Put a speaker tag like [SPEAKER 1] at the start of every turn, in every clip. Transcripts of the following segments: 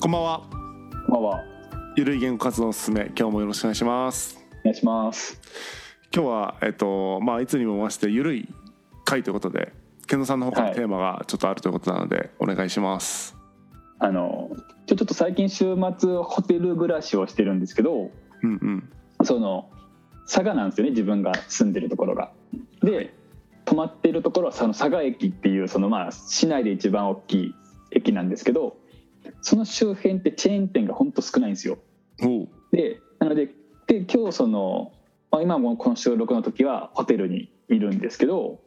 [SPEAKER 1] こんばんは。
[SPEAKER 2] こんばんは。
[SPEAKER 1] ゆるい言語活動のおすすめ、今日もよろしくお願いします。
[SPEAKER 2] お願いします。
[SPEAKER 1] 今日は、えっと、まあ、いつにも増してゆるい回ということで。健三さんの方から
[SPEAKER 2] はい
[SPEAKER 1] テーマがちょっとあるということなので、お願いします。
[SPEAKER 2] あのちょちょっと最近週末ホテル暮らしをしてるんですけど、
[SPEAKER 1] うんうん。
[SPEAKER 2] その佐賀なんですよね自分が住んでるところが。で泊まってるところはその佐賀駅っていうそのまあ市内で一番大きい駅なんですけど、その周辺ってチェーン店が本当少ないんですよ。
[SPEAKER 1] おう。
[SPEAKER 2] でなのでで今日その、まあ、今もこの収録の時はホテルにいるんですけど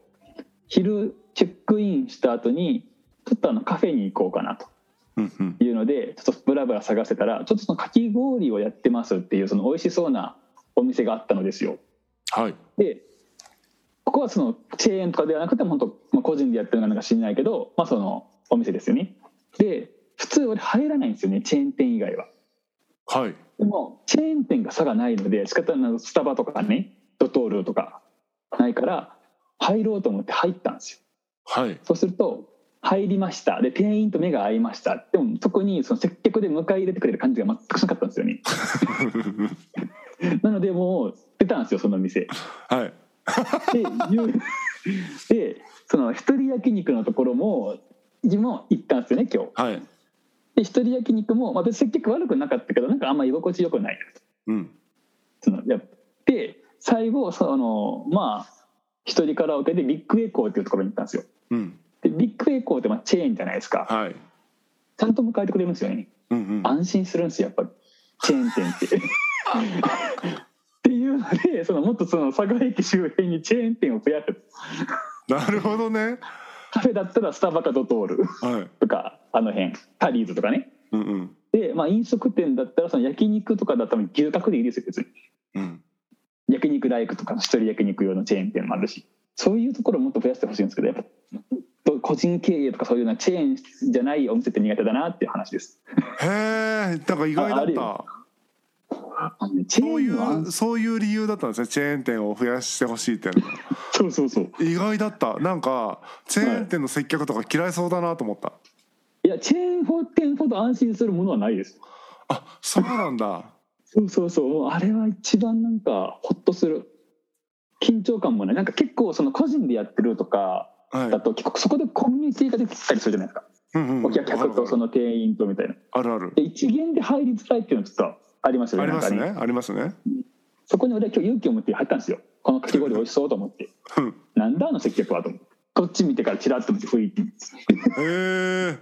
[SPEAKER 2] 昼チェックインした後にちょっとあのカフェに行こうかなと
[SPEAKER 1] うんうん。
[SPEAKER 2] いうのでちょっとブラブラ探してたらちょっとそのかき氷をやってますっていうその美味しそうなお店があったのですよ。
[SPEAKER 1] はい。
[SPEAKER 2] でここはそのチェーンとかではなくても本当、まあ、個人でやってるのかなんか知らないけど、まあ、そのお店ですよね。で普通俺入らないんですよねチェーン店以外は。
[SPEAKER 1] はい。
[SPEAKER 2] でもチェーン店が差がないので仕方ないスタバとかねドトールとかないから入ろうと思って入ったんですよ
[SPEAKER 1] はい。
[SPEAKER 2] そうすると入りましたで店員と目が合いましたでも特にその接客で迎え入れてくれる感じが全くしなかったんですよねなのでもう出たんですよその店
[SPEAKER 1] はい。
[SPEAKER 2] でいうでその一人焼肉のところもも行ったんですよね今日
[SPEAKER 1] はい。
[SPEAKER 2] で一人焼肉も、まあ、別に接客悪くなかったけどなんかあんま居心地よくない
[SPEAKER 1] うん。
[SPEAKER 2] そのやって最後そのまあ一人カラオケでビッグエコーっていうところに行ったんですよ
[SPEAKER 1] うん。
[SPEAKER 2] でビッグエコーってまあチェーンじゃないですか
[SPEAKER 1] はい。
[SPEAKER 2] ちゃんと迎えてくれるんですよね
[SPEAKER 1] うんうん。
[SPEAKER 2] 安心するんですよやっぱりチェーン 店ってっていうのでそのもっとその佐賀駅周辺にチェーン店を増やす
[SPEAKER 1] なるほどね。
[SPEAKER 2] カフェだったらスタバかドトール
[SPEAKER 1] はい。
[SPEAKER 2] とかあの辺タリーズとかね
[SPEAKER 1] うんうん。
[SPEAKER 2] で、まあ、飲食店だったらその焼肉とかだったら牛角でいいですよ別に
[SPEAKER 1] うん。
[SPEAKER 2] 焼肉ライクとかの一人焼肉用のチェーン店もあるしそういうところをもっと増やしてほしいんですけどやっぱど個人経営とかそういうようなチェーンじゃないお店って苦手だなっていう話です
[SPEAKER 1] へえ、なんか意
[SPEAKER 2] ああ
[SPEAKER 1] 外
[SPEAKER 2] る
[SPEAKER 1] だった。
[SPEAKER 2] よチェ
[SPEAKER 1] そうい
[SPEAKER 2] ーンは
[SPEAKER 1] うそういう理由だったんですねチェーン店を増やしてほしいっていうのは
[SPEAKER 2] そうそうそう
[SPEAKER 1] 意外だったなんかチェーン店の接客とか嫌いそうだなと思った、
[SPEAKER 2] いやチェーン店ほど安心するものはないです
[SPEAKER 1] あそうなんだ
[SPEAKER 2] そうそうそうもうあれは一番なんかホッとする緊張感もないなんか結構その個人でやってるとかだ
[SPEAKER 1] は
[SPEAKER 2] と結構そこでコミュニティができたりするじゃないですか
[SPEAKER 1] い、うんうん
[SPEAKER 2] お客客とその店員とみたいな
[SPEAKER 1] あるある
[SPEAKER 2] で一元で入りづらいっていうのはちょっとありますよ
[SPEAKER 1] あ
[SPEAKER 2] ね
[SPEAKER 1] り
[SPEAKER 2] なん
[SPEAKER 1] ま
[SPEAKER 2] か
[SPEAKER 1] すねありますね
[SPEAKER 2] そこに俺は今日勇気を持って入ったんですよこのかき氷美味しそうと思って
[SPEAKER 1] うん
[SPEAKER 2] なんだあの接客はと思ってこっち見てからチラッと見て雰囲気
[SPEAKER 1] へえ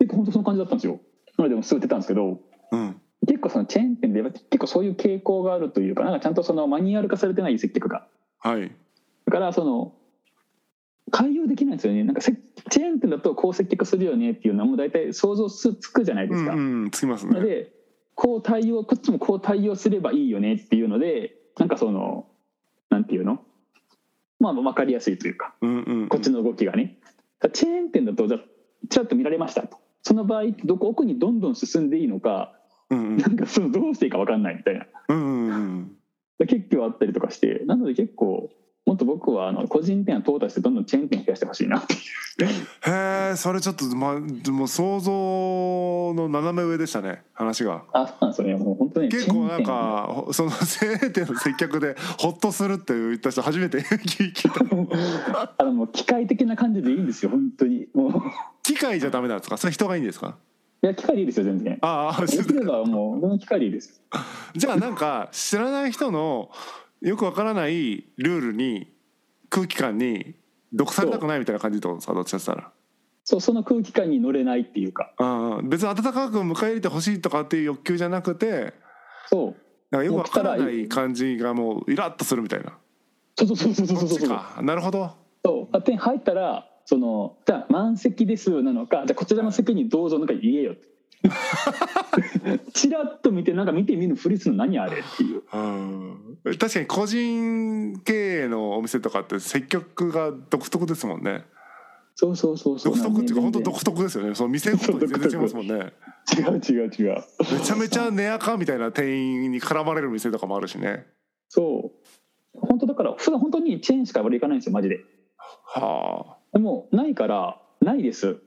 [SPEAKER 2] 結構本当その感じだったんですよなのでもうすぐ出たんですけど
[SPEAKER 1] うん
[SPEAKER 2] 結構そのチェーン店でやっぱ結構そういう傾向があるというかなんかちゃんとそのマニュアル化されてない接客が
[SPEAKER 1] はい
[SPEAKER 2] だからその対応できないんですよねなんかせチェーン店だとこう接客するよねっていうのはもう大体想像すつくじゃないで
[SPEAKER 1] う
[SPEAKER 2] す
[SPEAKER 1] ん
[SPEAKER 2] か、
[SPEAKER 1] うんつきます
[SPEAKER 2] なの
[SPEAKER 1] ね
[SPEAKER 2] でこう対応こっちもこう対応すればいいよねっていうのでなんかそのなんていうのまあ分かりやすいというか
[SPEAKER 1] うんうん
[SPEAKER 2] こっちの動きがねだからチェーン店だとじゃあちらっと見られましたとその場合どこ奥にどんどん進んでいいのか
[SPEAKER 1] うんうん
[SPEAKER 2] なんかそのどうしていいか分かんないみたいな
[SPEAKER 1] うんうん
[SPEAKER 2] で結局あったりとかしてなので結構もっと僕はあの個人店は淘汰してどんどんチェーン店増やしてほしいなっていう
[SPEAKER 1] へえそれちょっとまでも想像の斜め上でしたね話が
[SPEAKER 2] あそうなんですよねもう本当ね
[SPEAKER 1] 結構なん
[SPEAKER 2] チェーン
[SPEAKER 1] かほ そのチェーン店の接客でホッとするって言った人初めて聞いた
[SPEAKER 2] 店あのもう機械的な感じでいいんですよ本 当にもう
[SPEAKER 1] 機械じゃダメなんですかそれ人がいいんですか
[SPEAKER 2] いや機械でいいですよ全然
[SPEAKER 1] ああ
[SPEAKER 2] できればもうこの機械でいいですよ
[SPEAKER 1] じゃあなんか知らない人のよくわからないルールに空気感に毒されたくないみたいな感じってことですかどっちかって言ったら。
[SPEAKER 2] そうその空気感に乗れないっていうか
[SPEAKER 1] うんうん別に温かく迎え入れてほしいとかっていう欲求じゃなくて
[SPEAKER 2] そう
[SPEAKER 1] なんかよくわからない感じがもうイラッとするみたいな
[SPEAKER 2] そうそうそうそう
[SPEAKER 1] そ
[SPEAKER 2] そう
[SPEAKER 1] っ
[SPEAKER 2] そう
[SPEAKER 1] ち
[SPEAKER 2] そう
[SPEAKER 1] かなるほど
[SPEAKER 2] そう店入ったらそのじゃあ満席ですなのかじゃあこちらの席にどうぞなんか言えよ チラッと見てなんか見て見ぬふりするの何あれっていう
[SPEAKER 1] うん確かに個人経営のお店とかって接客が独特ですもんね
[SPEAKER 2] そうそうそうそう
[SPEAKER 1] 独特っていうか本当
[SPEAKER 2] なんで
[SPEAKER 1] 独特ですよねその店ごとに全然違いますもんね
[SPEAKER 2] 全然違う違う違う
[SPEAKER 1] めちゃめちゃ寝垢みたいな店員に絡まれる店とかもあるしね
[SPEAKER 2] そう本当だから普段本当にチェーンしか俺行かないんですよマジで
[SPEAKER 1] は
[SPEAKER 2] でもないからないです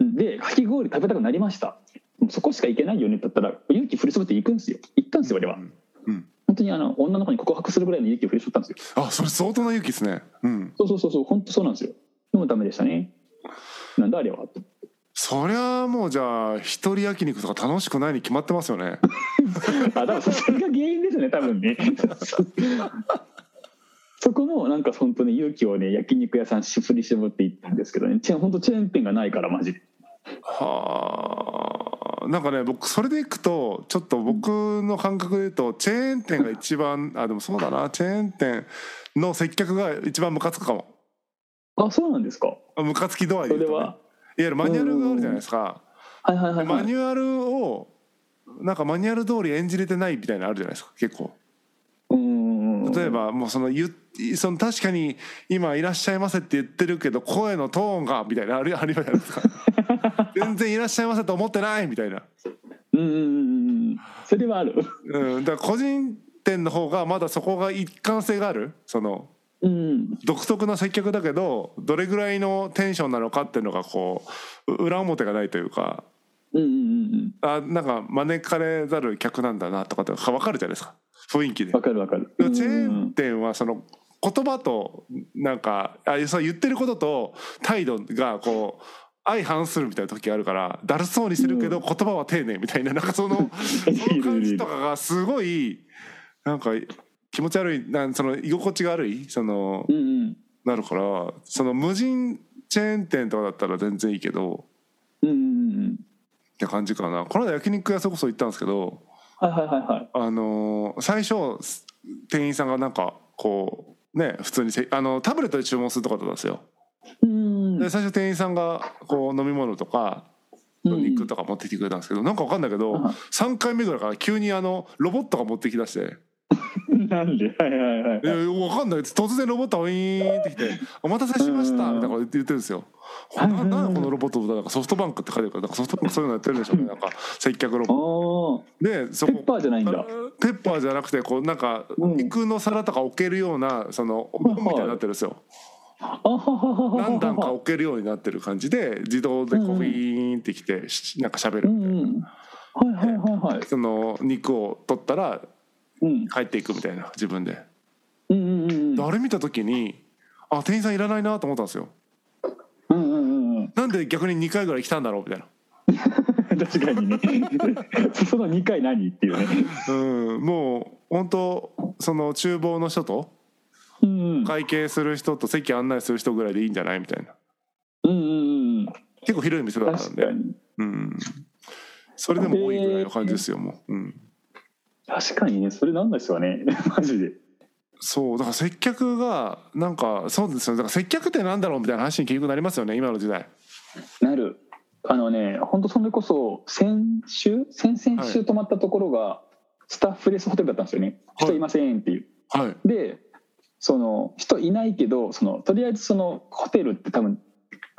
[SPEAKER 2] でかき氷食べたくなりましたもうそこしか行けないよねだったら勇気振り絞って行くんですよ行ったんですよ俺は、
[SPEAKER 1] うん
[SPEAKER 2] 本当にあの女の子に告白するぐらいの勇気を振り絞ったんですよ
[SPEAKER 1] あそれ相当な勇気ですねうん
[SPEAKER 2] そうそうそうそう本当そうなんですよでもダメでしたねなんだあれはと
[SPEAKER 1] そりゃもうじゃあ一人焼肉とか楽しくないに決まってますよね
[SPEAKER 2] あ、多分それが原因ですね、多分ね。そこもなんか本当に勇気をね焼肉屋さんし振り絞っていったんですけどねチェーン本当チェーン店がないからマジで
[SPEAKER 1] はあなんかね僕それでいくとちょっと僕の感覚で言うとチェーン店が一番あでもそうだなチェーン店の接客が一番ムカつくかも
[SPEAKER 2] あそうなんですか
[SPEAKER 1] ムカつき度合い
[SPEAKER 2] そ
[SPEAKER 1] で言
[SPEAKER 2] れ
[SPEAKER 1] うと、ね、いわ
[SPEAKER 2] は
[SPEAKER 1] ゆるマニュアルがあるじゃないですか
[SPEAKER 2] はいはいはい、
[SPEAKER 1] マ
[SPEAKER 2] はい
[SPEAKER 1] ニ、ュアルをなんかマニュアル通り演じれてないみたいなのあるじゃないですか結構
[SPEAKER 2] うーん
[SPEAKER 1] 例えばもうその言っその確かに今「いらっしゃいませ」って言ってるけど声のトーンがみたいなある あるじゃないですか全然「いらっしゃいませ」と思ってないみたいな、
[SPEAKER 2] うーんそれはある
[SPEAKER 1] うん、だから個人店の方がまだそこが一貫性があるその
[SPEAKER 2] うん
[SPEAKER 1] 独特な接客だけどどれぐらいのテンションなのかっていうのがこうう裏表がないというか
[SPEAKER 2] うんうんうん
[SPEAKER 1] あなんか招かれざる客なんだなとかって分かるじゃないですか雰囲気で
[SPEAKER 2] わ。かるわかる
[SPEAKER 1] でもチェー
[SPEAKER 2] うん
[SPEAKER 1] ン店はその言葉となんかあそう言ってることと態度がこう相反するみたいな時があるからだるそうにしてるけど言葉は丁寧みたいななんかそ のその感じとかがすごいなんか気持ち悪いなんその居心地が悪いその
[SPEAKER 2] うんうん
[SPEAKER 1] なるからその無人チェーン店とかだったら全然いいけど
[SPEAKER 2] うんうんうん
[SPEAKER 1] って感じかなこの間焼肉屋それこそ行ったんですけど
[SPEAKER 2] はいはいはいはい
[SPEAKER 1] あのー最初す店員さんがなんかこうね普通にせあのタブレットで注文するとかだったんですよ、
[SPEAKER 2] うー
[SPEAKER 1] で
[SPEAKER 2] ん
[SPEAKER 1] 最初店員さんがこう飲み物とか肉とか持ってきてくれたんですけど、なんかわかんないけど、
[SPEAKER 2] うん
[SPEAKER 1] 3回目ぐらいから急にあのロボットが持ってきだして
[SPEAKER 2] なんではいはいはい
[SPEAKER 1] 「えわかんない」突然ロボットがウィーンってきて「お待たせしました」みたいなこと言ってるんですよ。
[SPEAKER 2] うん
[SPEAKER 1] ななんでこのロボットのことなんかソフトバンクって書いてるからなんかソフトバンクそういうのやってるんでしょうねなんか接客ロ
[SPEAKER 2] あ
[SPEAKER 1] ボッ
[SPEAKER 2] ー
[SPEAKER 1] ト。でそ
[SPEAKER 2] ペ
[SPEAKER 1] こ
[SPEAKER 2] ッパーじゃないんだ
[SPEAKER 1] ペッパーじゃなくてこうなんか
[SPEAKER 2] うん
[SPEAKER 1] 肉の皿とか置けるようなそのお盆みたいになってるんですよ何
[SPEAKER 2] 何
[SPEAKER 1] 段か置けるようになってる感じで自動でこうウィーンってきてしなんか喋
[SPEAKER 2] う
[SPEAKER 1] る
[SPEAKER 2] んうんはいはいはいはい
[SPEAKER 1] その肉を取ったら
[SPEAKER 2] うん
[SPEAKER 1] 帰っていくみたいな自分で
[SPEAKER 2] うんうんうん
[SPEAKER 1] であれ見た時にあ店員さんいらないなと思ったんですよ
[SPEAKER 2] うんうんうん
[SPEAKER 1] なんで逆に2回ぐらい来たんだろうみたいな
[SPEAKER 2] 確かにねその2回何っていうね
[SPEAKER 1] うんもう本当その厨房の人と
[SPEAKER 2] うんうん
[SPEAKER 1] 会計する人と席案内する人ぐらいでいいんじゃないみたいな
[SPEAKER 2] うんうんうん
[SPEAKER 1] 結構広い店だったん
[SPEAKER 2] 確
[SPEAKER 1] で
[SPEAKER 2] かに
[SPEAKER 1] うんそれでも多いぐらいの感じですよ、もう、うん、
[SPEAKER 2] 確かにねそれなんですよねマジで
[SPEAKER 1] そうだから接客がなんかそうですよだから接客ってなんだろうみたいな話に結局なりますよね今の時代
[SPEAKER 2] なるあのね本当それこそ先週先々週泊まったところがスタッフレスホテルだったんですよね
[SPEAKER 1] はい
[SPEAKER 2] 人いませんっていう
[SPEAKER 1] はい
[SPEAKER 2] でその人いないけどそのとりあえずそのホテルって多分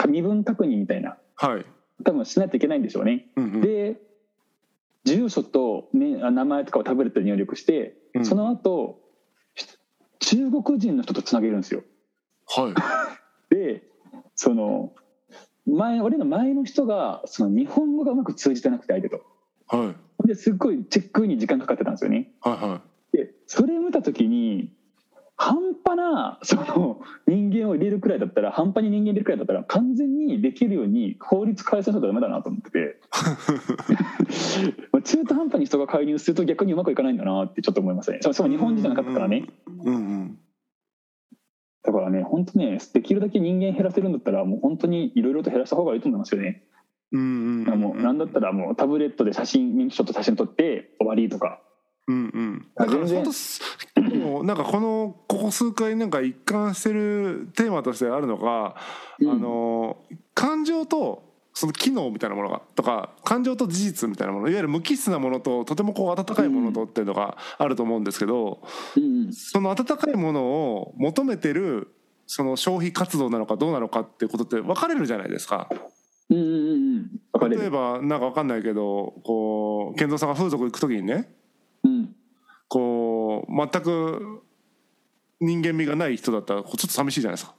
[SPEAKER 2] 身分確認みたいな
[SPEAKER 1] はい、
[SPEAKER 2] 多分しないといけないんでしょうね。
[SPEAKER 1] うんうん、
[SPEAKER 2] で住所と、ね、あ名前とかをタブレットに入力して、
[SPEAKER 1] うん
[SPEAKER 2] その後し中国人の人とつなげるんですよ。
[SPEAKER 1] はい
[SPEAKER 2] でその前俺の前の人がその日本語がうまく通じてなくて相手と。
[SPEAKER 1] はい
[SPEAKER 2] ですっごいチェックインに時間かかってたんですよね。
[SPEAKER 1] はいはい
[SPEAKER 2] でそれを見た時に半端なその人間を入れるくらいだったら半端に人間入れるくらいだったら完全にできるように法律改正しないとダメだなと思っ ててまあ中途半端に人が介入すると逆にうまくいかないんだなってちょっと思いますねしかも日本人じゃなかったからね
[SPEAKER 1] うんうん
[SPEAKER 2] だからね本当ねできるだけ人間減らせるんだったらもう本当にいろいろと減らした方がいいと思いますよね、
[SPEAKER 1] うんうんうん
[SPEAKER 2] もうなんだったらもうタブレットで写真免許証と写真撮って終わりとか
[SPEAKER 1] うんうん
[SPEAKER 2] あ
[SPEAKER 1] だから
[SPEAKER 2] 全然
[SPEAKER 1] 本当す もうなんかこのここ数回なんか一貫してるテーマとしてあるのが、
[SPEAKER 2] うん
[SPEAKER 1] あの感情とその機能みたいなものがとか感情と事実みたいなものいわゆる無機質なものととてもこう温かいものとっていうのがあると思うんですけど、
[SPEAKER 2] うん
[SPEAKER 1] その温かいものを求めてるその消費活動なのかどうなのかっていうことって分かれるじゃないですか
[SPEAKER 2] うんうんうんうん分かれ
[SPEAKER 1] 例え
[SPEAKER 2] る
[SPEAKER 1] ばなんか分かんないけどこう健三さんが風俗行く時にね
[SPEAKER 2] うん
[SPEAKER 1] こう全く人間味がない人だったらこうちょっと寂しいじゃないですか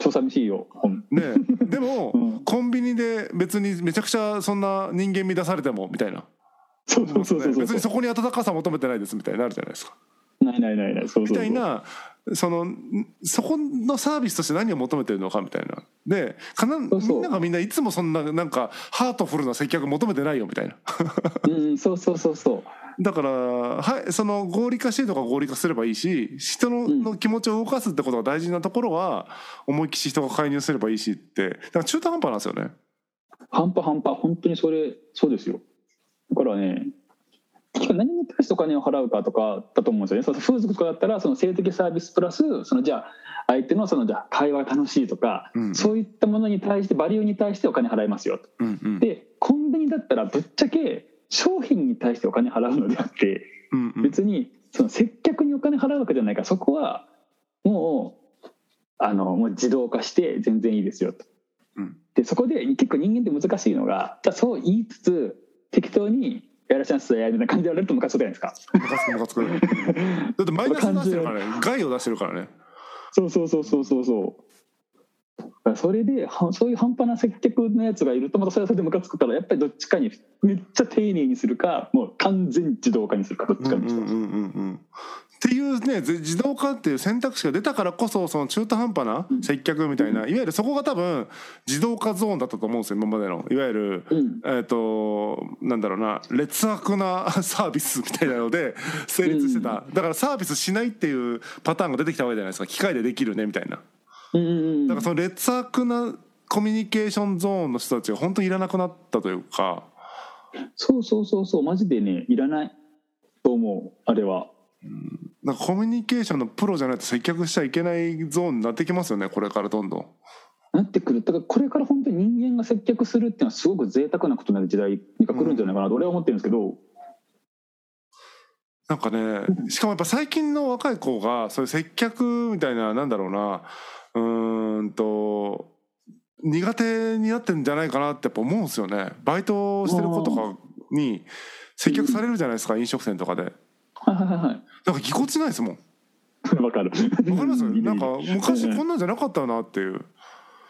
[SPEAKER 2] そう寂しいよ本
[SPEAKER 1] ね えでも、
[SPEAKER 2] うん
[SPEAKER 1] コンビニで別にめちゃくちゃそんな人間見出されてもみたいな
[SPEAKER 2] そうそうそうそう
[SPEAKER 1] ね別に
[SPEAKER 2] そ
[SPEAKER 1] そこに温かさ求めてないですみたいになるじゃないですか
[SPEAKER 2] うないないないないそ
[SPEAKER 1] み
[SPEAKER 2] うそうそ
[SPEAKER 1] た
[SPEAKER 2] う
[SPEAKER 1] いなそのんそこのサービスとして何を求めてるのかみたいなでかな
[SPEAKER 2] そうそう
[SPEAKER 1] みんながみんないつもそんななんかハートフルな接客求めてないよみたいな
[SPEAKER 2] うんそうそうそうそう
[SPEAKER 1] だから、はい、その合理化してとか合理化すればいいし人の,、
[SPEAKER 2] うん
[SPEAKER 1] の気持ちを動かすってことが大事なところは思いっきり人が介入すればいいしってだから中途半端なんですよね。
[SPEAKER 2] 半端半端本当にそれそうですよだからね結局何に対してお金を払うかとかだと思うんですよねその風俗とかだったらその性的サービスプラスそのじゃあ相手のそのじゃあ会話が楽しいとか、
[SPEAKER 1] うん
[SPEAKER 2] そういったものに対してバリューに対してお金払いますよと
[SPEAKER 1] うんうん
[SPEAKER 2] でコンビニだったらぶっちゃけ商品に対してお金払うのであって
[SPEAKER 1] うんうん
[SPEAKER 2] 別にその接客にお金払うわけじゃないからそこはもうあのもう自動化して全然いいですよと。
[SPEAKER 1] うん
[SPEAKER 2] でそこで結構人間って難しいのがじゃあそう言いつつ適当に「やらしゃんすや」みたいな感じでやられるとムカつくじゃないですか。
[SPEAKER 1] ムカつくムカつくだってマイナス出してるからね害を出してるからね
[SPEAKER 2] そうそうそうそうそうそう。だからそれではそういう半端な接客のやつがいるとまたそれはそれでムカつくからやっぱりどっちかにめっちゃ丁寧にするかもう完全自動化にするかどっ
[SPEAKER 1] うん
[SPEAKER 2] ち
[SPEAKER 1] う
[SPEAKER 2] か
[SPEAKER 1] ん
[SPEAKER 2] に
[SPEAKER 1] う
[SPEAKER 2] し
[SPEAKER 1] ん
[SPEAKER 2] てほしい
[SPEAKER 1] うんうんっていうねぜ自動化っていう選択肢が出たからこそその中途半端な接客みたいな、いわゆるそこが多分自動化ゾーンだったと思うんですよ今までのいわゆる、
[SPEAKER 2] うん
[SPEAKER 1] えっ、となんだろうな劣悪な サービスみたいなので成立してた、だからサービスしないっていうパターンが出てきたわけじゃないですか機械でできるねみたいな
[SPEAKER 2] うんうんうん
[SPEAKER 1] だからその劣悪なコミュニケーションゾーンの人たちが本当にいらなくなったというか
[SPEAKER 2] そうそうそうそうマジでねいらないと思うあれは
[SPEAKER 1] なんかコミュニケーションのプロじゃないと接客しちゃいけないゾーンになってきますよねこれからどんどん。
[SPEAKER 2] なってくるだからこれから本当に人間が接客するっていうのはすごく贅沢なことになる時代が来るんじゃないかなと俺は思ってるんですけど、
[SPEAKER 1] なんかねしかもやっぱ最近の若い子がそういう接客みたいななんだろうなうーんと苦手になってんじゃないかなってやっぱ思うんですよねバイトしてる子とかに接客されるじゃないですか飲食店とかで
[SPEAKER 2] はいはいはいは
[SPEAKER 1] なんかぎこちないですもんわ
[SPEAKER 2] い わかるわか
[SPEAKER 1] かりますなんか昔こ
[SPEAKER 2] ん
[SPEAKER 1] んなんじゃなかったなっていう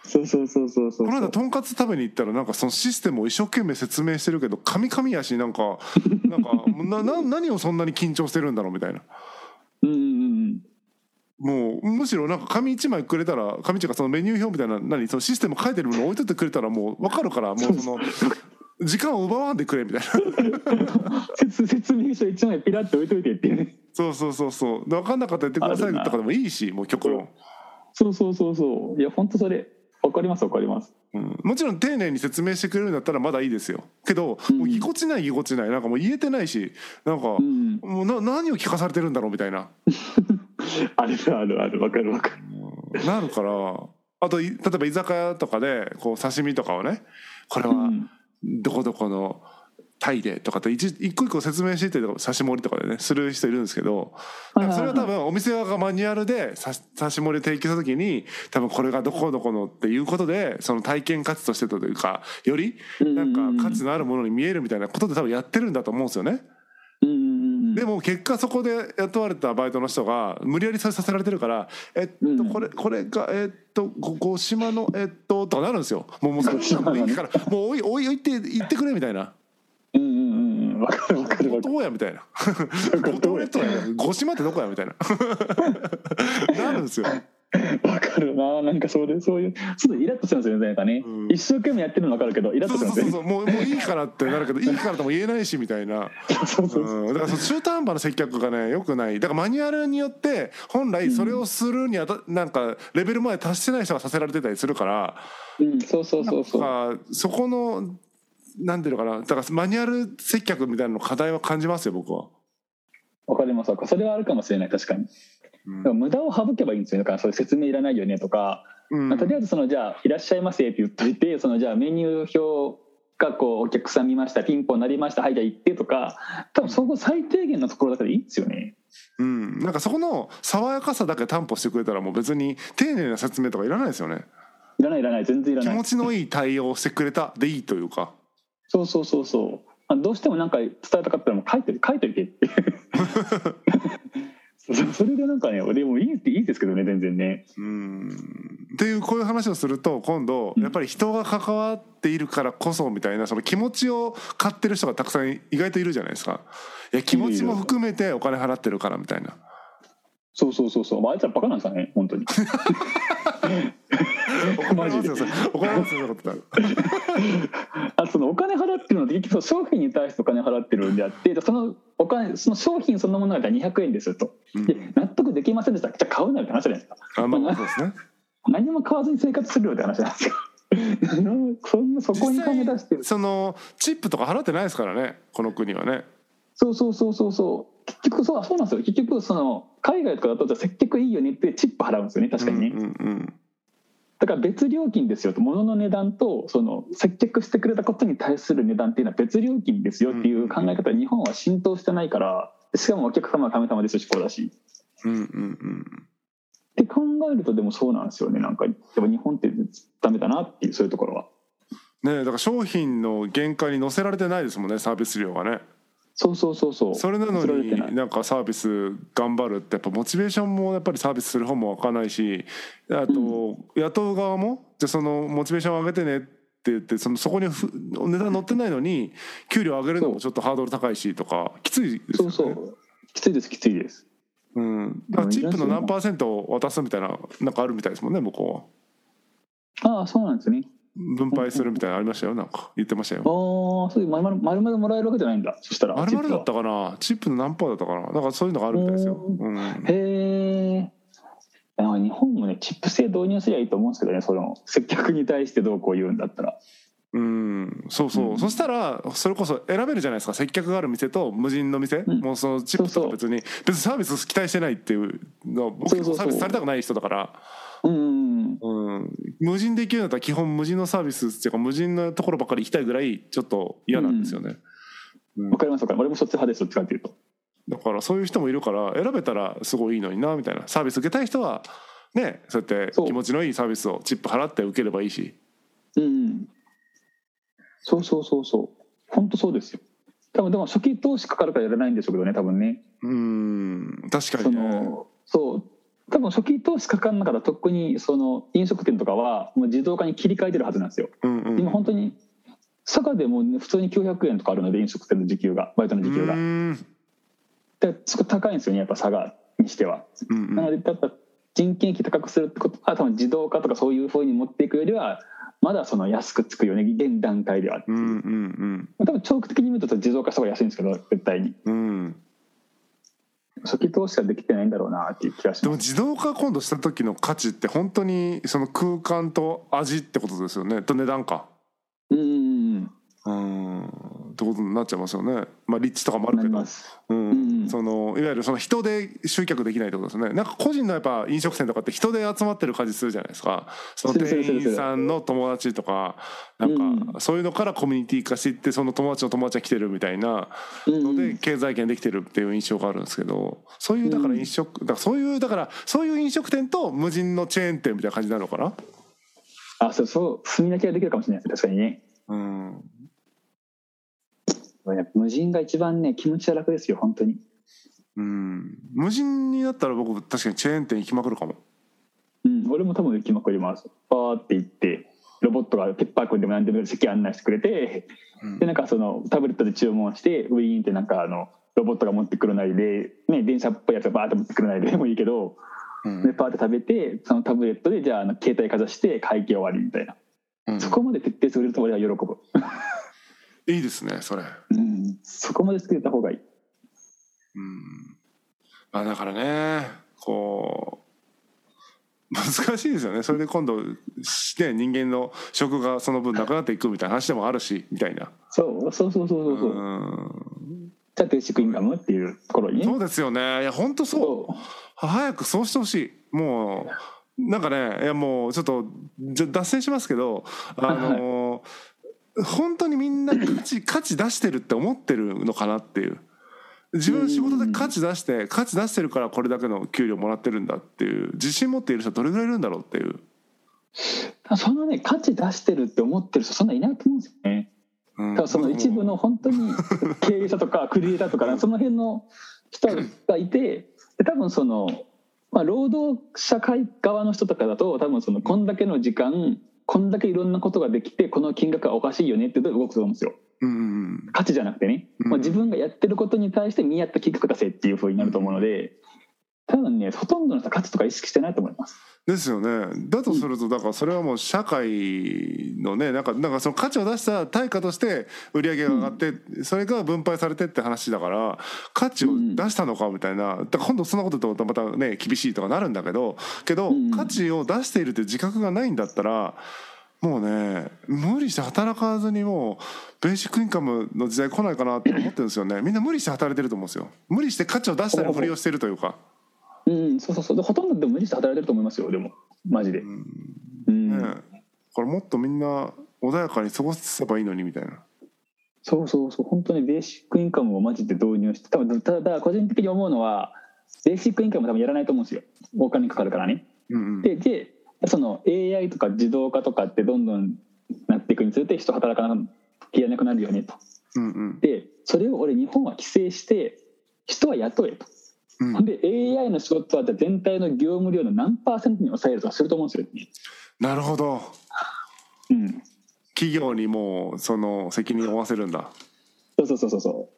[SPEAKER 2] そうそうそうそうそう
[SPEAKER 1] この間とんかつ食べに行ったらなんかそのシステムを一生懸命説明してるけどカミカミやしなんか なんかなな何をそんなに緊張してるんだろうみたいな
[SPEAKER 2] うんうんうん
[SPEAKER 1] もうむしろなんか紙一枚くれたら紙っていうかそのメニュー表みたいな何そのシステム書いてるもの置いといてくれたらもう分かるからもうそ の時間を奪わんでくれみたいな
[SPEAKER 2] 説説明書一枚ピラッと置いといてっていうね
[SPEAKER 1] そうそうそうそう分かんなかったら言ってくださいとかでもいいしもう極論、
[SPEAKER 2] そうそうそうそういや本当それわかりますわかります
[SPEAKER 1] うん、もちろん丁寧に説明してくれるんだったらまだいいですよけど
[SPEAKER 2] うん
[SPEAKER 1] もうぎこちないぎこちないなんかもう言えてないしなんか
[SPEAKER 2] うん
[SPEAKER 1] もうな何を聞かされてるんだろうみたいな
[SPEAKER 2] あるあるあるわかるわかる
[SPEAKER 1] なるからあとい例えば居酒屋とかでこう刺身とかをねこれは、
[SPEAKER 2] うん
[SPEAKER 1] どこどこのタイでとかって一一個一個説明してって刺し盛りとかでねする人いるんですけどだからそれは多分お店側がマニュアルで刺し刺し盛りを提供した時に多分これがどこどこのっていうことでその体験価値としてというかよりなんか価値のあるものに見えるみたいなことで多分やってるんだと思うんですよね。
[SPEAKER 2] うんうんうん
[SPEAKER 1] でも結果そこで雇われたバイトの人が無理やりさせられてるから「えっ
[SPEAKER 2] う
[SPEAKER 1] と
[SPEAKER 2] ん
[SPEAKER 1] これこれがえっとご五島のえっと」とかなるんですよ。もうもうそんなもういいからもうおいおいおいって言ってくれみたいな。
[SPEAKER 2] うんうんうんうんわかるわかるわかる
[SPEAKER 1] どうやみたいな。
[SPEAKER 2] か
[SPEAKER 1] 五島 列島やみたいな。五島ってどこやみたいな。 なるんですよ。
[SPEAKER 2] わかるななんかそうでそういうちょっとイラッとしますよねなんかね、
[SPEAKER 1] うん
[SPEAKER 2] 一生懸命やってるのわかるけどイラッ
[SPEAKER 1] そ
[SPEAKER 2] と
[SPEAKER 1] う
[SPEAKER 2] し
[SPEAKER 1] そう
[SPEAKER 2] ます
[SPEAKER 1] そ
[SPEAKER 2] よ
[SPEAKER 1] う
[SPEAKER 2] ね
[SPEAKER 1] そう。もうもういいからってなるけどいいからとも言えないしみたいな。
[SPEAKER 2] そうそうそ
[SPEAKER 1] う
[SPEAKER 2] う
[SPEAKER 1] ん、だからその中途半端な接客がねよくないだからマニュアルによって本来それをするにあた、なんかレベルまで達してない人がさせられてたりするから
[SPEAKER 2] うんそうそうそうそう
[SPEAKER 1] なんかそこのなんていうのかなだからマニュアル接客みたいなの課題は感じますよ僕は。
[SPEAKER 2] わかりますわかるそれはあるかもしれない確かに
[SPEAKER 1] うん
[SPEAKER 2] でも無駄を省けばいいんですよだからそういう説明いらないよねとか、
[SPEAKER 1] うん
[SPEAKER 2] まあとりあえずそのじゃあ「いらっしゃいませ」って言っといてそのじゃあメニュー表がこうお客さん見ましたピンポンなりましたはいじゃあ行ってとか多分そこ最低限のところだからいいんですよね
[SPEAKER 1] うん、なんかそこの爽やかさだけ担保してくれたらもう別に丁寧な説明とかいらないですよね
[SPEAKER 2] いらないいらない全然いら
[SPEAKER 1] 気
[SPEAKER 2] ない
[SPEAKER 1] 持ちのいい対応をしてくれたでいいというか
[SPEAKER 2] そうそうそ うそうあどうしてもなんか伝えたかったらもう書いてる書いてるって言ってそそれでなんかねでもいいいいですけどね全然ね
[SPEAKER 1] うんっていうこういう話をすると今度
[SPEAKER 2] うん
[SPEAKER 1] やっぱり人が関わっているからこそみたいなその気持ちを買ってる人がたくさん意外といるじゃないですかいや気持ちも含めてお金払ってるからみたいな
[SPEAKER 2] そうそうそうそう、まあ、あいつらバカなんですかね本当に
[SPEAKER 1] 怒
[SPEAKER 2] マ
[SPEAKER 1] られます
[SPEAKER 2] ジで
[SPEAKER 1] よそれ 怒られますよそんなことになる
[SPEAKER 2] あそのお金払ってるのって結局その商品に対してお金払ってるんであってでそのお金その商品そのものが200円ですと
[SPEAKER 1] う
[SPEAKER 2] で
[SPEAKER 1] ん
[SPEAKER 2] 納得できませんでしたじゃあ買うなよって話じゃないですか
[SPEAKER 1] あまあそうですね
[SPEAKER 2] 何も買わずに生活するよって話なんですよ そんなそこに金出してる
[SPEAKER 1] そのチップとか払ってないですからねこの国はね
[SPEAKER 2] そうそうそうそうそう結局そうそうなんですよ結局その海外とかだとじゃあ接客いいよねってチップ払うんですよね確かにね、
[SPEAKER 1] うんうんうん
[SPEAKER 2] だから別料金ですよと物の値段とその接客してくれたことに対する値段っていうのは別料金ですよっていう考え方は日本は浸透してないからしかもお客様は神様ですしこうだし
[SPEAKER 1] うんうんうん
[SPEAKER 2] って考えるとでもそうなんですよねなんかやっぱ日本ってダメだなっていうそういうところは
[SPEAKER 1] ねえだから商品の限界に乗せられてないですもんねサービス料がね
[SPEAKER 2] そうそうそうそう
[SPEAKER 1] それなの
[SPEAKER 2] 忘れてない
[SPEAKER 1] になんかサービス頑張るってやっぱモチベーションもやっぱりサービスする方も湧かないしあと雇う側もじゃあそのモチベーションを上げてねって言ってそのそこにふ値段乗ってないのに給料上げるのもちょっとハードル高いしとかきついですよ
[SPEAKER 2] そう
[SPEAKER 1] ね。
[SPEAKER 2] そうきついですきついです
[SPEAKER 1] うん、だからチップの何パーセントを渡すみたいななんかあるみたいですもんね向こ
[SPEAKER 2] ああそうなんですね
[SPEAKER 1] うは分配するみたいなのありましたよなんか言ってましたよ
[SPEAKER 2] ああそういうまるまるまるまるもらえるわけじゃないんだそしたら
[SPEAKER 1] あれまでだっ
[SPEAKER 2] チ
[SPEAKER 1] たかなチップの何パーだったかななんかそういうのがあるみたいですよ、
[SPEAKER 2] う
[SPEAKER 1] うん、
[SPEAKER 2] ップはへえ日本もねチップ制導入すりゃいいと思うんですけどねその接客に対してどうこう言うんだったら
[SPEAKER 1] うんそうそう、
[SPEAKER 2] うん
[SPEAKER 1] そしたらそれこそ選べるじゃないですか接客がある店と無人の店、
[SPEAKER 2] うん
[SPEAKER 1] もうそのチップとか別に別にサービス期待してないっていうの僕
[SPEAKER 2] そうそうそう
[SPEAKER 1] サービスされたくない人だから
[SPEAKER 2] うん
[SPEAKER 1] うん、無人で行けるんだったら基本無人のサービスっていうか無人のところばっかり行きたいぐらいちょっと嫌なんですよね、
[SPEAKER 2] わかりますわかります俺もそっち派ですどっちかっていうと
[SPEAKER 1] だからそういう人もいるから選べたらすごいいいのになみたいなサービス受けたい人はねそうやって
[SPEAKER 2] そう
[SPEAKER 1] 気持ちのいいサービスをチップ払って受ければいいし
[SPEAKER 2] うんそうそうそうそう本当そうですよ多分でも初期投資かかるからやらないんでしょうけどね多分ね
[SPEAKER 1] うん確か
[SPEAKER 2] そ
[SPEAKER 1] にね
[SPEAKER 2] のそう多分初期投資かかんなかったらとっくにその飲食店とかはもう自動化に切り替えてるはずなんですよ
[SPEAKER 1] うんうん
[SPEAKER 2] 今本当に佐賀でもね普通に900円とかあるので飲食店の時給がバイトの時給
[SPEAKER 1] う
[SPEAKER 2] が
[SPEAKER 1] ん
[SPEAKER 2] ですごい高いんですよねやっぱ佐賀にしては
[SPEAKER 1] うんうん
[SPEAKER 2] なのでやっぱ人件費高くするってことは多分自動化とかそういうふうに持っていくよりはまだその安くつくよね現段階では
[SPEAKER 1] うんうん
[SPEAKER 2] 多分長期的に見ると自動化した方が安いんですけど絶対に
[SPEAKER 1] うんうん
[SPEAKER 2] 初期投資はできてないんだろうなっていう気がし
[SPEAKER 1] でも
[SPEAKER 2] ます
[SPEAKER 1] 自動化今度した時の価値って本当にその空間と味ってことですよねと値段か
[SPEAKER 2] うんうんうん
[SPEAKER 1] うんってことになっちゃいますよねまあ立地とかもある
[SPEAKER 2] な
[SPEAKER 1] け
[SPEAKER 2] り
[SPEAKER 1] ど
[SPEAKER 2] ます
[SPEAKER 1] うん
[SPEAKER 2] うん
[SPEAKER 1] そのいわゆるその人で集客できないってことですねなんか個人のやっぱ飲食店とかって人で集まってる感じするじゃないですかその
[SPEAKER 2] するする
[SPEAKER 1] 店
[SPEAKER 2] する
[SPEAKER 1] 員さんの友達とかなんかそういうのからコミュニティ化していってその友達の友達が来てるみたいな
[SPEAKER 2] うんう
[SPEAKER 1] の
[SPEAKER 2] ん
[SPEAKER 1] で経済圏できてるっていう印象があるんですけどそういうだから飲食だからそういうだからそういう飲食店と無人のチェーン店みたいな感じになるのかな
[SPEAKER 2] あそうそう住み分けができるかもしれないです確かにね
[SPEAKER 1] うん
[SPEAKER 2] 無人が一番ね気持ちは楽ですよ本当に
[SPEAKER 1] うん無人になったら僕確かにチェーン店行きまくるかも
[SPEAKER 2] うん俺も多分行きまくりますバーって行ってロボットがペッパー君でも何でも席案内してくれて
[SPEAKER 1] うん
[SPEAKER 2] でなんかそのタブレットで注文してウィーンってなんかあのロボットが持ってくるなりで、ね、電車っぽいやつがバーって持ってくるなりでも いいけど
[SPEAKER 1] うん
[SPEAKER 2] でパーって食べてそのタブレットでじゃああの携帯かざして会計終わりみたいな
[SPEAKER 1] うん
[SPEAKER 2] そこまで徹底してくれると俺は喜ぶ、
[SPEAKER 1] いいですねそれ
[SPEAKER 2] うん、そこまで作れた方がいい
[SPEAKER 1] うんまあだからねこう難しいですよねそれで今度して人間の食がその分なくなっていくみたいな話でもあるしみたいな
[SPEAKER 2] そうそうそうそうそうそう、
[SPEAKER 1] うん
[SPEAKER 2] じゃあベーシックインカムっていうところにね
[SPEAKER 1] そうですよねいや本当そう
[SPEAKER 2] そう
[SPEAKER 1] 早くそうしてほしいもうなんかねいやもうちょっとじゃ脱線しますけどあの本当にみんな価 値価値出してるって思ってるのかなっていう自分仕事で価値出して価値出してるからこれだけの給料もらってるんだっていう自信持っている人どれぐらいいるんだろうっていう、
[SPEAKER 2] そのね価値出してるって思ってる人そんないないと思うんですよね。
[SPEAKER 1] うん
[SPEAKER 2] 多分その一 部の本当に経営者とかクリエイターとかその辺の人がいてで多分その、まあ、労働者会側の人とかだと多分そのこんだけの時間こんだけいろんなことができてこの金額はおかしいよねって言うと動くと思うんですよ
[SPEAKER 1] うん
[SPEAKER 2] 価値じゃなくてね、
[SPEAKER 1] うん
[SPEAKER 2] まあ、自分がやってることに対して見合った金額出せっていうふうになると思うので多分ねほとんどの人は価値とか意識してないと思います
[SPEAKER 1] ですよねだとするとだからそれはもう社会のねなんかなんかその価値を出した対価として売り上げが上がって、それが分配されてって話だから価値を出したのかみたいなだから今度そんなこと言うとまたね厳しいとかなるんだけどけど
[SPEAKER 2] うん
[SPEAKER 1] 価値を出しているという自覚がないんだったらもうね無理して働かずにもうベーシックインカムの時代来ないかなって思ってるんですよねみんな無理して働いてると思うんですよ無理して価値を出したりふりをしてるというか。
[SPEAKER 2] うんそうそうそうでほとんどでも無理して働いてると思いますよでもマジで
[SPEAKER 1] うん
[SPEAKER 2] うん、
[SPEAKER 1] ねこれもっとみんな穏やかに過ごせばいいのにみたいな
[SPEAKER 2] そうそうそう本当にベーシックインカムをマジで導入して多分ただ個人的に思うのはベーシックインカムは多分やらないと思うんですよお金かかるからね
[SPEAKER 1] うんうん
[SPEAKER 2] ででその AI とか自動化とかってどんどんなっていくにつれて人働かなきゃいけなくなるよねと
[SPEAKER 1] うんうん
[SPEAKER 2] でそれを俺日本は規制して人は雇えと、
[SPEAKER 1] うん
[SPEAKER 2] で AI の仕事はじゃあ全体の業務量の何パーセントに抑えるとかすると思うんですよね、
[SPEAKER 1] なるほど
[SPEAKER 2] うん、
[SPEAKER 1] 企業にもうその責任を負わせるんだ
[SPEAKER 2] そうそうそうそうそ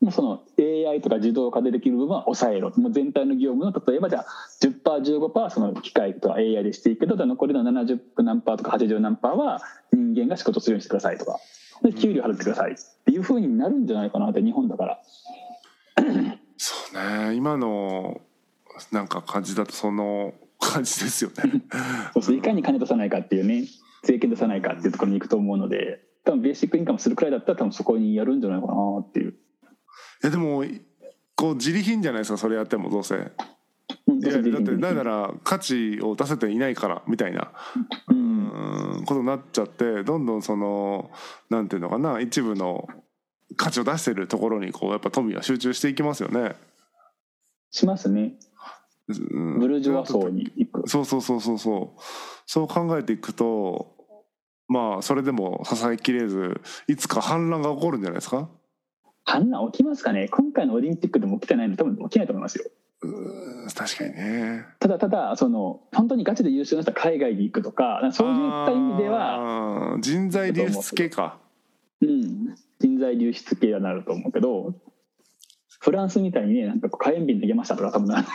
[SPEAKER 2] うもうその AI とか自動化でできる部分は抑えろもう全体の業務の例えばじゃあ 10%15% その機械とか AI でしていくけどじゃあ残りの70何パーとか80何パーは人間が仕事するようにしてくださいとかで給料払ってくださいっていうふうになるんじゃないかなって日本だから
[SPEAKER 1] そうね今のなんか感じだとその感じですよね
[SPEAKER 2] そうそういかに金出さないかっていうね税金出さないかっていうところに行くと思うので多分ベーシックインカムするくらいだったら多分そこにやるんじゃないかなっていう
[SPEAKER 1] いやでもこう自利品じゃないですかそれやってもどうせいや
[SPEAKER 2] 本当
[SPEAKER 1] だっ
[SPEAKER 2] に
[SPEAKER 1] てなんなら価値を出せていないからみたいなう
[SPEAKER 2] う
[SPEAKER 1] んんことになっちゃってどんどんそのなんていうのかな一部の価値を出してるところにこうやっぱ富は集中していきますよね。
[SPEAKER 2] しますね
[SPEAKER 1] うん
[SPEAKER 2] ブルジョワ層に行く
[SPEAKER 1] そうそうそうそうそうそう考えていくとまあそれでも支えきれずいつか反乱が起こるんじゃないですか
[SPEAKER 2] 反乱起きますかね今回のオリンピックでも起きてないので多分起きないと思いますよ
[SPEAKER 1] うー確かにね
[SPEAKER 2] ただただその本当にガチで優秀な人は海外に行くとかなんかそういった意味では、
[SPEAKER 1] は人材流出系か
[SPEAKER 2] うん、人材流出系になると思うけどフランスみたいにねなんかこう火炎瓶投げましたとか多分ならない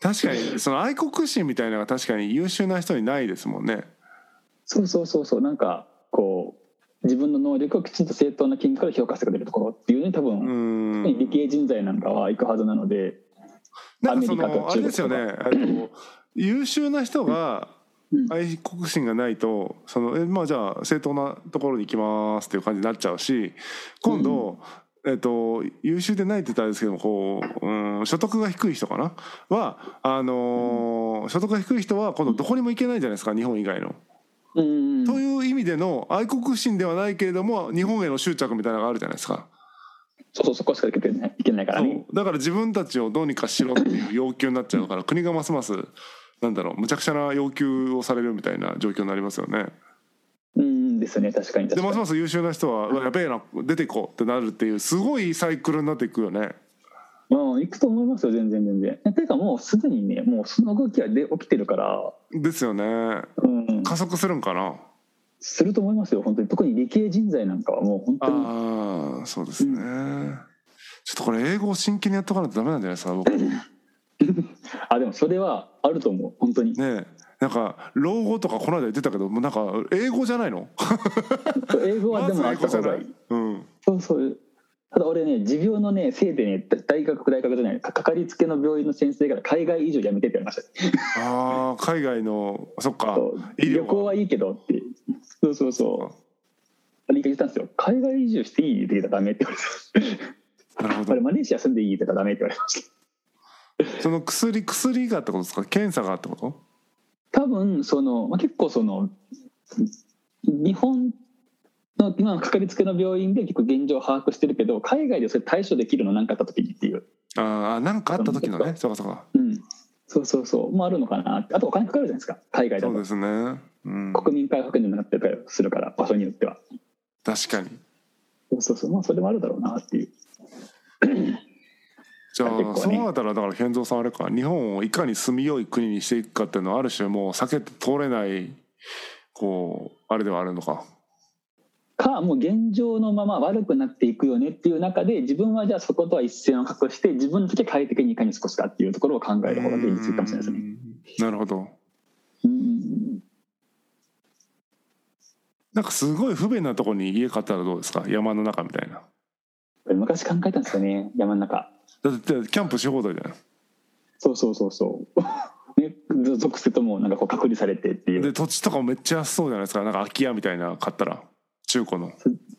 [SPEAKER 1] 確かにその愛国心みたいなのが確かに優秀な人にないですもんね
[SPEAKER 2] そうそうそうそうなんかこう自分の能力をきちんと正当な金額で評価してくれるところっていうね多
[SPEAKER 1] う
[SPEAKER 2] 分、
[SPEAKER 1] ん
[SPEAKER 2] 理系人材なんかは行くはずなので
[SPEAKER 1] なんかそ
[SPEAKER 2] アメリカ
[SPEAKER 1] の
[SPEAKER 2] と
[SPEAKER 1] あれですよねあの優秀な人が
[SPEAKER 2] うん
[SPEAKER 1] 愛国心がないとそのえまあじゃあ正当なところに行きますっていう感じになっちゃうし今度、えっと、優秀でないって言ったらあれですけどもこう、うん、所得が低い人かなはあのー所得が低い人は今度どこにも行けないじゃないですか日本以外の。
[SPEAKER 2] うん
[SPEAKER 1] という意味での愛国心ではないけれども日本への執着みたいなのがあるじゃないですか。
[SPEAKER 2] そうそうそこしか行けないいけないからね
[SPEAKER 1] そうだから自分たちをどうにかしろっていう要求になっちゃうから国がますますなんだろうむちゃくちゃな要求をされるみたいな状況になりますよね。
[SPEAKER 2] うんですね確かに
[SPEAKER 1] で
[SPEAKER 2] 確かに
[SPEAKER 1] ますます優秀な人はうわやべえな出ていこうってなるっていうすごいサイクルになっていくよね。
[SPEAKER 2] うん、行くと思いますよ、全然全然。えていうかもうすでにね、もうその動きはで起きてるから、
[SPEAKER 1] ですよね。
[SPEAKER 2] うん、
[SPEAKER 1] 加速するんかな。
[SPEAKER 2] すると思いますよ、本当に。特に理系人材なんかはもう本当に。
[SPEAKER 1] ああそうですね。ちょっとこれ英語を真剣にやっとかないとダメなんじゃないですか 僕ね
[SPEAKER 2] あ、でもそれはあると思う、本当に。
[SPEAKER 1] えなんか老後とかこの間言ってたけどもうなんか英語じゃないの
[SPEAKER 2] 英語はでもあ
[SPEAKER 1] ま
[SPEAKER 2] っ
[SPEAKER 1] ず英語
[SPEAKER 2] た
[SPEAKER 1] じゃ
[SPEAKER 2] 方
[SPEAKER 1] な
[SPEAKER 2] が
[SPEAKER 1] い
[SPEAKER 2] いい。
[SPEAKER 1] うん
[SPEAKER 2] そうそう。ただ俺ね、持病のね、せいでね、大学、大学じゃない、かかかりつけの病院の先生から海外以上やめてって言われました。
[SPEAKER 1] ああ海外のそっか
[SPEAKER 2] そ
[SPEAKER 1] 医
[SPEAKER 2] う
[SPEAKER 1] 療は
[SPEAKER 2] 旅行はいいけどって。そうそうそう。理解したんですよ。海外移住していいって言ったらダメって言われて。
[SPEAKER 1] なるほ
[SPEAKER 2] あ
[SPEAKER 1] ど
[SPEAKER 2] れマレーシア住んでいいって言ったらダメって言われました。
[SPEAKER 1] その薬薬がってことですか検査がってこと
[SPEAKER 2] 多分その、まあ、結構その日本の今のかかりつけの病院で結構現状を把握してるけど海外でそれ対処できるの何かあった時にっていう、
[SPEAKER 1] ああ何かあった時のねそうかそうか
[SPEAKER 2] うん、そうそうそうもあるのかなってあとお金かかるじゃないですか海外だ
[SPEAKER 1] そう
[SPEAKER 2] と
[SPEAKER 1] ですね、うん、
[SPEAKER 2] 国民皆保険にもなってたりするから場所によっては
[SPEAKER 1] 確かに
[SPEAKER 2] そうそうそうまあそれもあるだろうなっていう
[SPEAKER 1] じゃあ、
[SPEAKER 2] 結構ね
[SPEAKER 1] そうなったらだから健三さんあれか日本をいかに住みよい国にしていくかっていうのはある種もう避けて通れないこうあれではあるのか
[SPEAKER 2] かもう現状のまま悪くなっていくよねっていう中で自分はじゃあそことは一線を画して自分だけ快適にいかに過ごすかっていうところを考える方が現実的かもしれないですね。
[SPEAKER 1] うんなるほど
[SPEAKER 2] うん
[SPEAKER 1] なんかすごい不便なとこに家買ったらどうですか山の中みたいな
[SPEAKER 2] これ昔考えたんですよね山の中。
[SPEAKER 1] だってだってキャンプし放題じゃない
[SPEAKER 2] そうそうそうそう。 ね、属性ともなんかこう隔離されてっていう
[SPEAKER 1] で土地とかもめっちゃ安そうじゃないですかなんか空き家みたいな買ったら中古の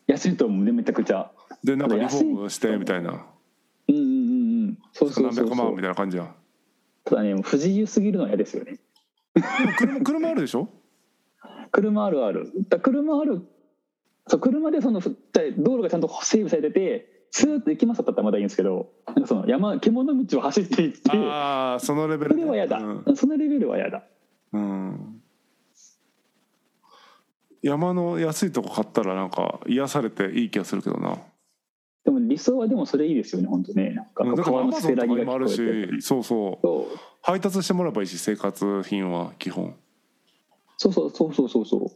[SPEAKER 2] 安いと思うねめちゃくちゃ。
[SPEAKER 1] でなんかリフォームしてみたいな
[SPEAKER 2] うんうんうんうん。そうそう
[SPEAKER 1] 何
[SPEAKER 2] そう
[SPEAKER 1] 百
[SPEAKER 2] そ
[SPEAKER 1] 万み
[SPEAKER 2] う。
[SPEAKER 1] たいな感じや
[SPEAKER 2] ただねもう不自由すぎるのは嫌ですよね。
[SPEAKER 1] でも 車車あるでしょ
[SPEAKER 2] 車あるあるだ車あるそう車でそのふじゃあ道路がちゃんと整備されててスーッと行きますだったらまだいいんですけどなんかその山獣道を走っていって
[SPEAKER 1] ああそのレベ
[SPEAKER 2] そ
[SPEAKER 1] ル
[SPEAKER 2] れは嫌だ、
[SPEAKER 1] うん
[SPEAKER 2] そのレベルは嫌だ
[SPEAKER 1] うん山の安いとこ買ったらなんか癒されていい気がするけどな
[SPEAKER 2] でも理想はでもそれいいですよね本当ねなんか
[SPEAKER 1] うんだから
[SPEAKER 2] 川
[SPEAKER 1] ア
[SPEAKER 2] の
[SPEAKER 1] マゾ
[SPEAKER 2] せ
[SPEAKER 1] ンと
[SPEAKER 2] ら
[SPEAKER 1] か
[SPEAKER 2] ぎが
[SPEAKER 1] にもあ
[SPEAKER 2] 聞
[SPEAKER 1] る
[SPEAKER 2] こえて
[SPEAKER 1] しそうそう
[SPEAKER 2] そう
[SPEAKER 1] 配達してもらえばいいし生活品は基本
[SPEAKER 2] そうそうそうそうそうそ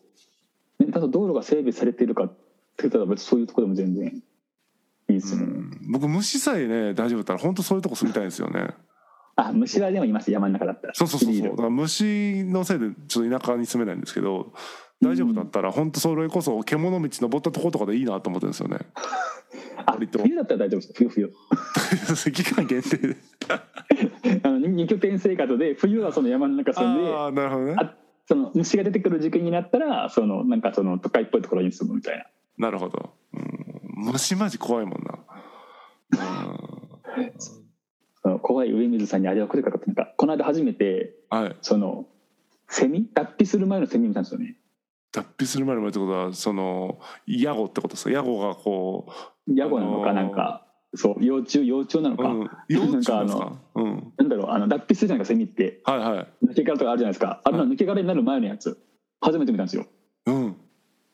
[SPEAKER 2] うねただ道路が整備されてるかって言ったら別にそういうとこでも全然いいですよね、
[SPEAKER 1] 僕虫さえね大丈夫だったら本当そういうとこ住みたいんですよね
[SPEAKER 2] あ虫はでもいます山の中だったら
[SPEAKER 1] そうそうそう
[SPEAKER 2] ビ
[SPEAKER 1] そう
[SPEAKER 2] ー
[SPEAKER 1] だ
[SPEAKER 2] ル
[SPEAKER 1] から虫のせいでちょっと田舎に住めないんですけど大丈夫だったら本当それこそ獣道登ったとことかでいいなと思ってるんです よね
[SPEAKER 2] あ
[SPEAKER 1] 割と
[SPEAKER 2] 冬だったら大丈夫です冬冬
[SPEAKER 1] 期間限定で
[SPEAKER 2] あの二拠点生活で冬はその山の中住んで
[SPEAKER 1] ああなるほどね
[SPEAKER 2] あその虫が出てくる時期になったらそのなんかその都会っぽいところに住むみたいな
[SPEAKER 1] なるほど、うん、虫マジ怖いもんな、
[SPEAKER 2] その怖い上水さんにあれをくれかかってなんかこの間初めて
[SPEAKER 1] うん、はい
[SPEAKER 2] そのセミ脱皮する前のセミ見たんですよね
[SPEAKER 1] 脱皮する前の前ってことはそのヤゴってことですかヤゴがこ
[SPEAKER 2] ヤゴなの
[SPEAKER 1] あ
[SPEAKER 2] か
[SPEAKER 1] のー
[SPEAKER 2] なんか、そう幼虫幼虫なの
[SPEAKER 1] う、
[SPEAKER 2] か、
[SPEAKER 1] うん、幼虫なんです
[SPEAKER 2] なんか
[SPEAKER 1] かうん
[SPEAKER 2] なんだろうあの脱皮するじゃないですかセミって
[SPEAKER 1] はいはい
[SPEAKER 2] 抜け殻とかあるじゃないですかあれの抜け殻になる前のやつ初めて見たんですよ
[SPEAKER 1] うん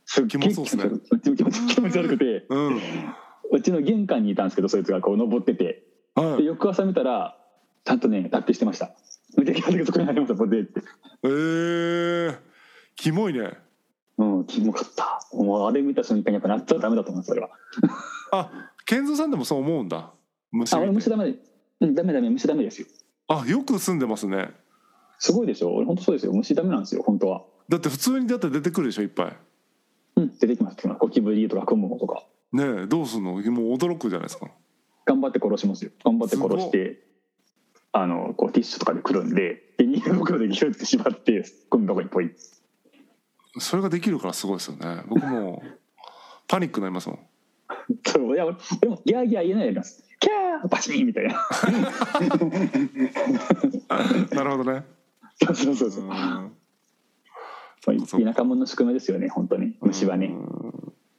[SPEAKER 2] すっ
[SPEAKER 1] 気持ちそうっすね
[SPEAKER 2] 気持ち悪く気持ち悪くて
[SPEAKER 1] うん
[SPEAKER 2] うちの玄関にいたんですけどそいつがこう登ってて
[SPEAKER 1] は
[SPEAKER 2] で
[SPEAKER 1] い
[SPEAKER 2] 翌朝見たらちゃんとね脱皮してました抜け殻がそこにありましたボデって
[SPEAKER 1] えー、キモいね
[SPEAKER 2] うん、キモかった。もうあれ見た瞬間にやっぱなっちゃダメだと思う、それは。
[SPEAKER 1] あ健三さんでもそう思うんだ虫
[SPEAKER 2] あ、俺
[SPEAKER 1] 見
[SPEAKER 2] 虫
[SPEAKER 1] て
[SPEAKER 2] ダメで。うん、ダメダメ、虫ダメですよ。
[SPEAKER 1] あよく住んでますね
[SPEAKER 2] すごいでしょ俺本当そうですよ。虫ダメなんですよ、本当は。
[SPEAKER 1] だって普通にだって出てくるでしょいっぱい
[SPEAKER 2] うん、出てきます。ゴキブリとかクモとか。
[SPEAKER 1] ねえどうすんのもう驚くじゃないですか
[SPEAKER 2] 頑張って殺しますよ。頑張って殺して、あの、こうティッシュとかでくるんで、ビニール袋でギュッて縛って、ゴミ箱にポイ。
[SPEAKER 1] それができるからすごいですよね僕もうパニックになりますもん
[SPEAKER 2] そう、いや、俺でも、ギャーギャー言えないでます。キャーバシーンみたいな。
[SPEAKER 1] なるほどね。
[SPEAKER 2] そうそうそうそう。
[SPEAKER 1] そう
[SPEAKER 2] 田舎者の宿命ですよね、本当に。虫はね。
[SPEAKER 1] うん。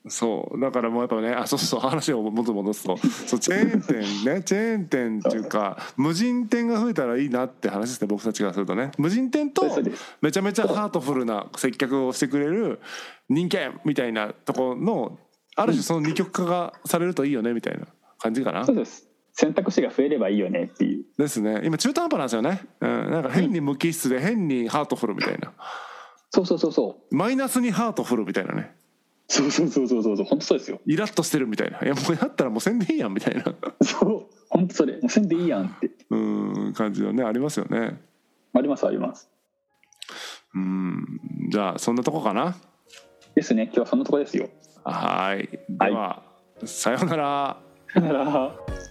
[SPEAKER 1] そうだからもうやっぱねあそうそう話を元に戻すとそうチェーン店ね チェーン店っていうか無人店が増えたらいいなって話ですね僕たちがするとね無人店と
[SPEAKER 2] そうです。
[SPEAKER 1] めちゃめちゃハートフルな接客をしてくれる人間みたいなところのある種その二極化がされるといいよねみたいな感じかな
[SPEAKER 2] そうです。選択肢が増えればいいよねっていう。
[SPEAKER 1] ですね今中途半端なんですよね、うん、なんか変に無機質で変にハートフルみたいな
[SPEAKER 2] そうそうそうそう。
[SPEAKER 1] マイナスにハートフルみたいなね
[SPEAKER 2] そうそうそうそうそうそう本当そうですよ。
[SPEAKER 1] イラッとしてるみたいないやもうやったらもう宣伝いいやんみたいな
[SPEAKER 2] そう本当それもうせんでいいやんって
[SPEAKER 1] うーん感じのねありますよね
[SPEAKER 2] ありますあります。
[SPEAKER 1] うーんじゃあそんなとこかな
[SPEAKER 2] ですね今日 はそんなとこですよ。
[SPEAKER 1] はーいでは、さようなら
[SPEAKER 2] だから。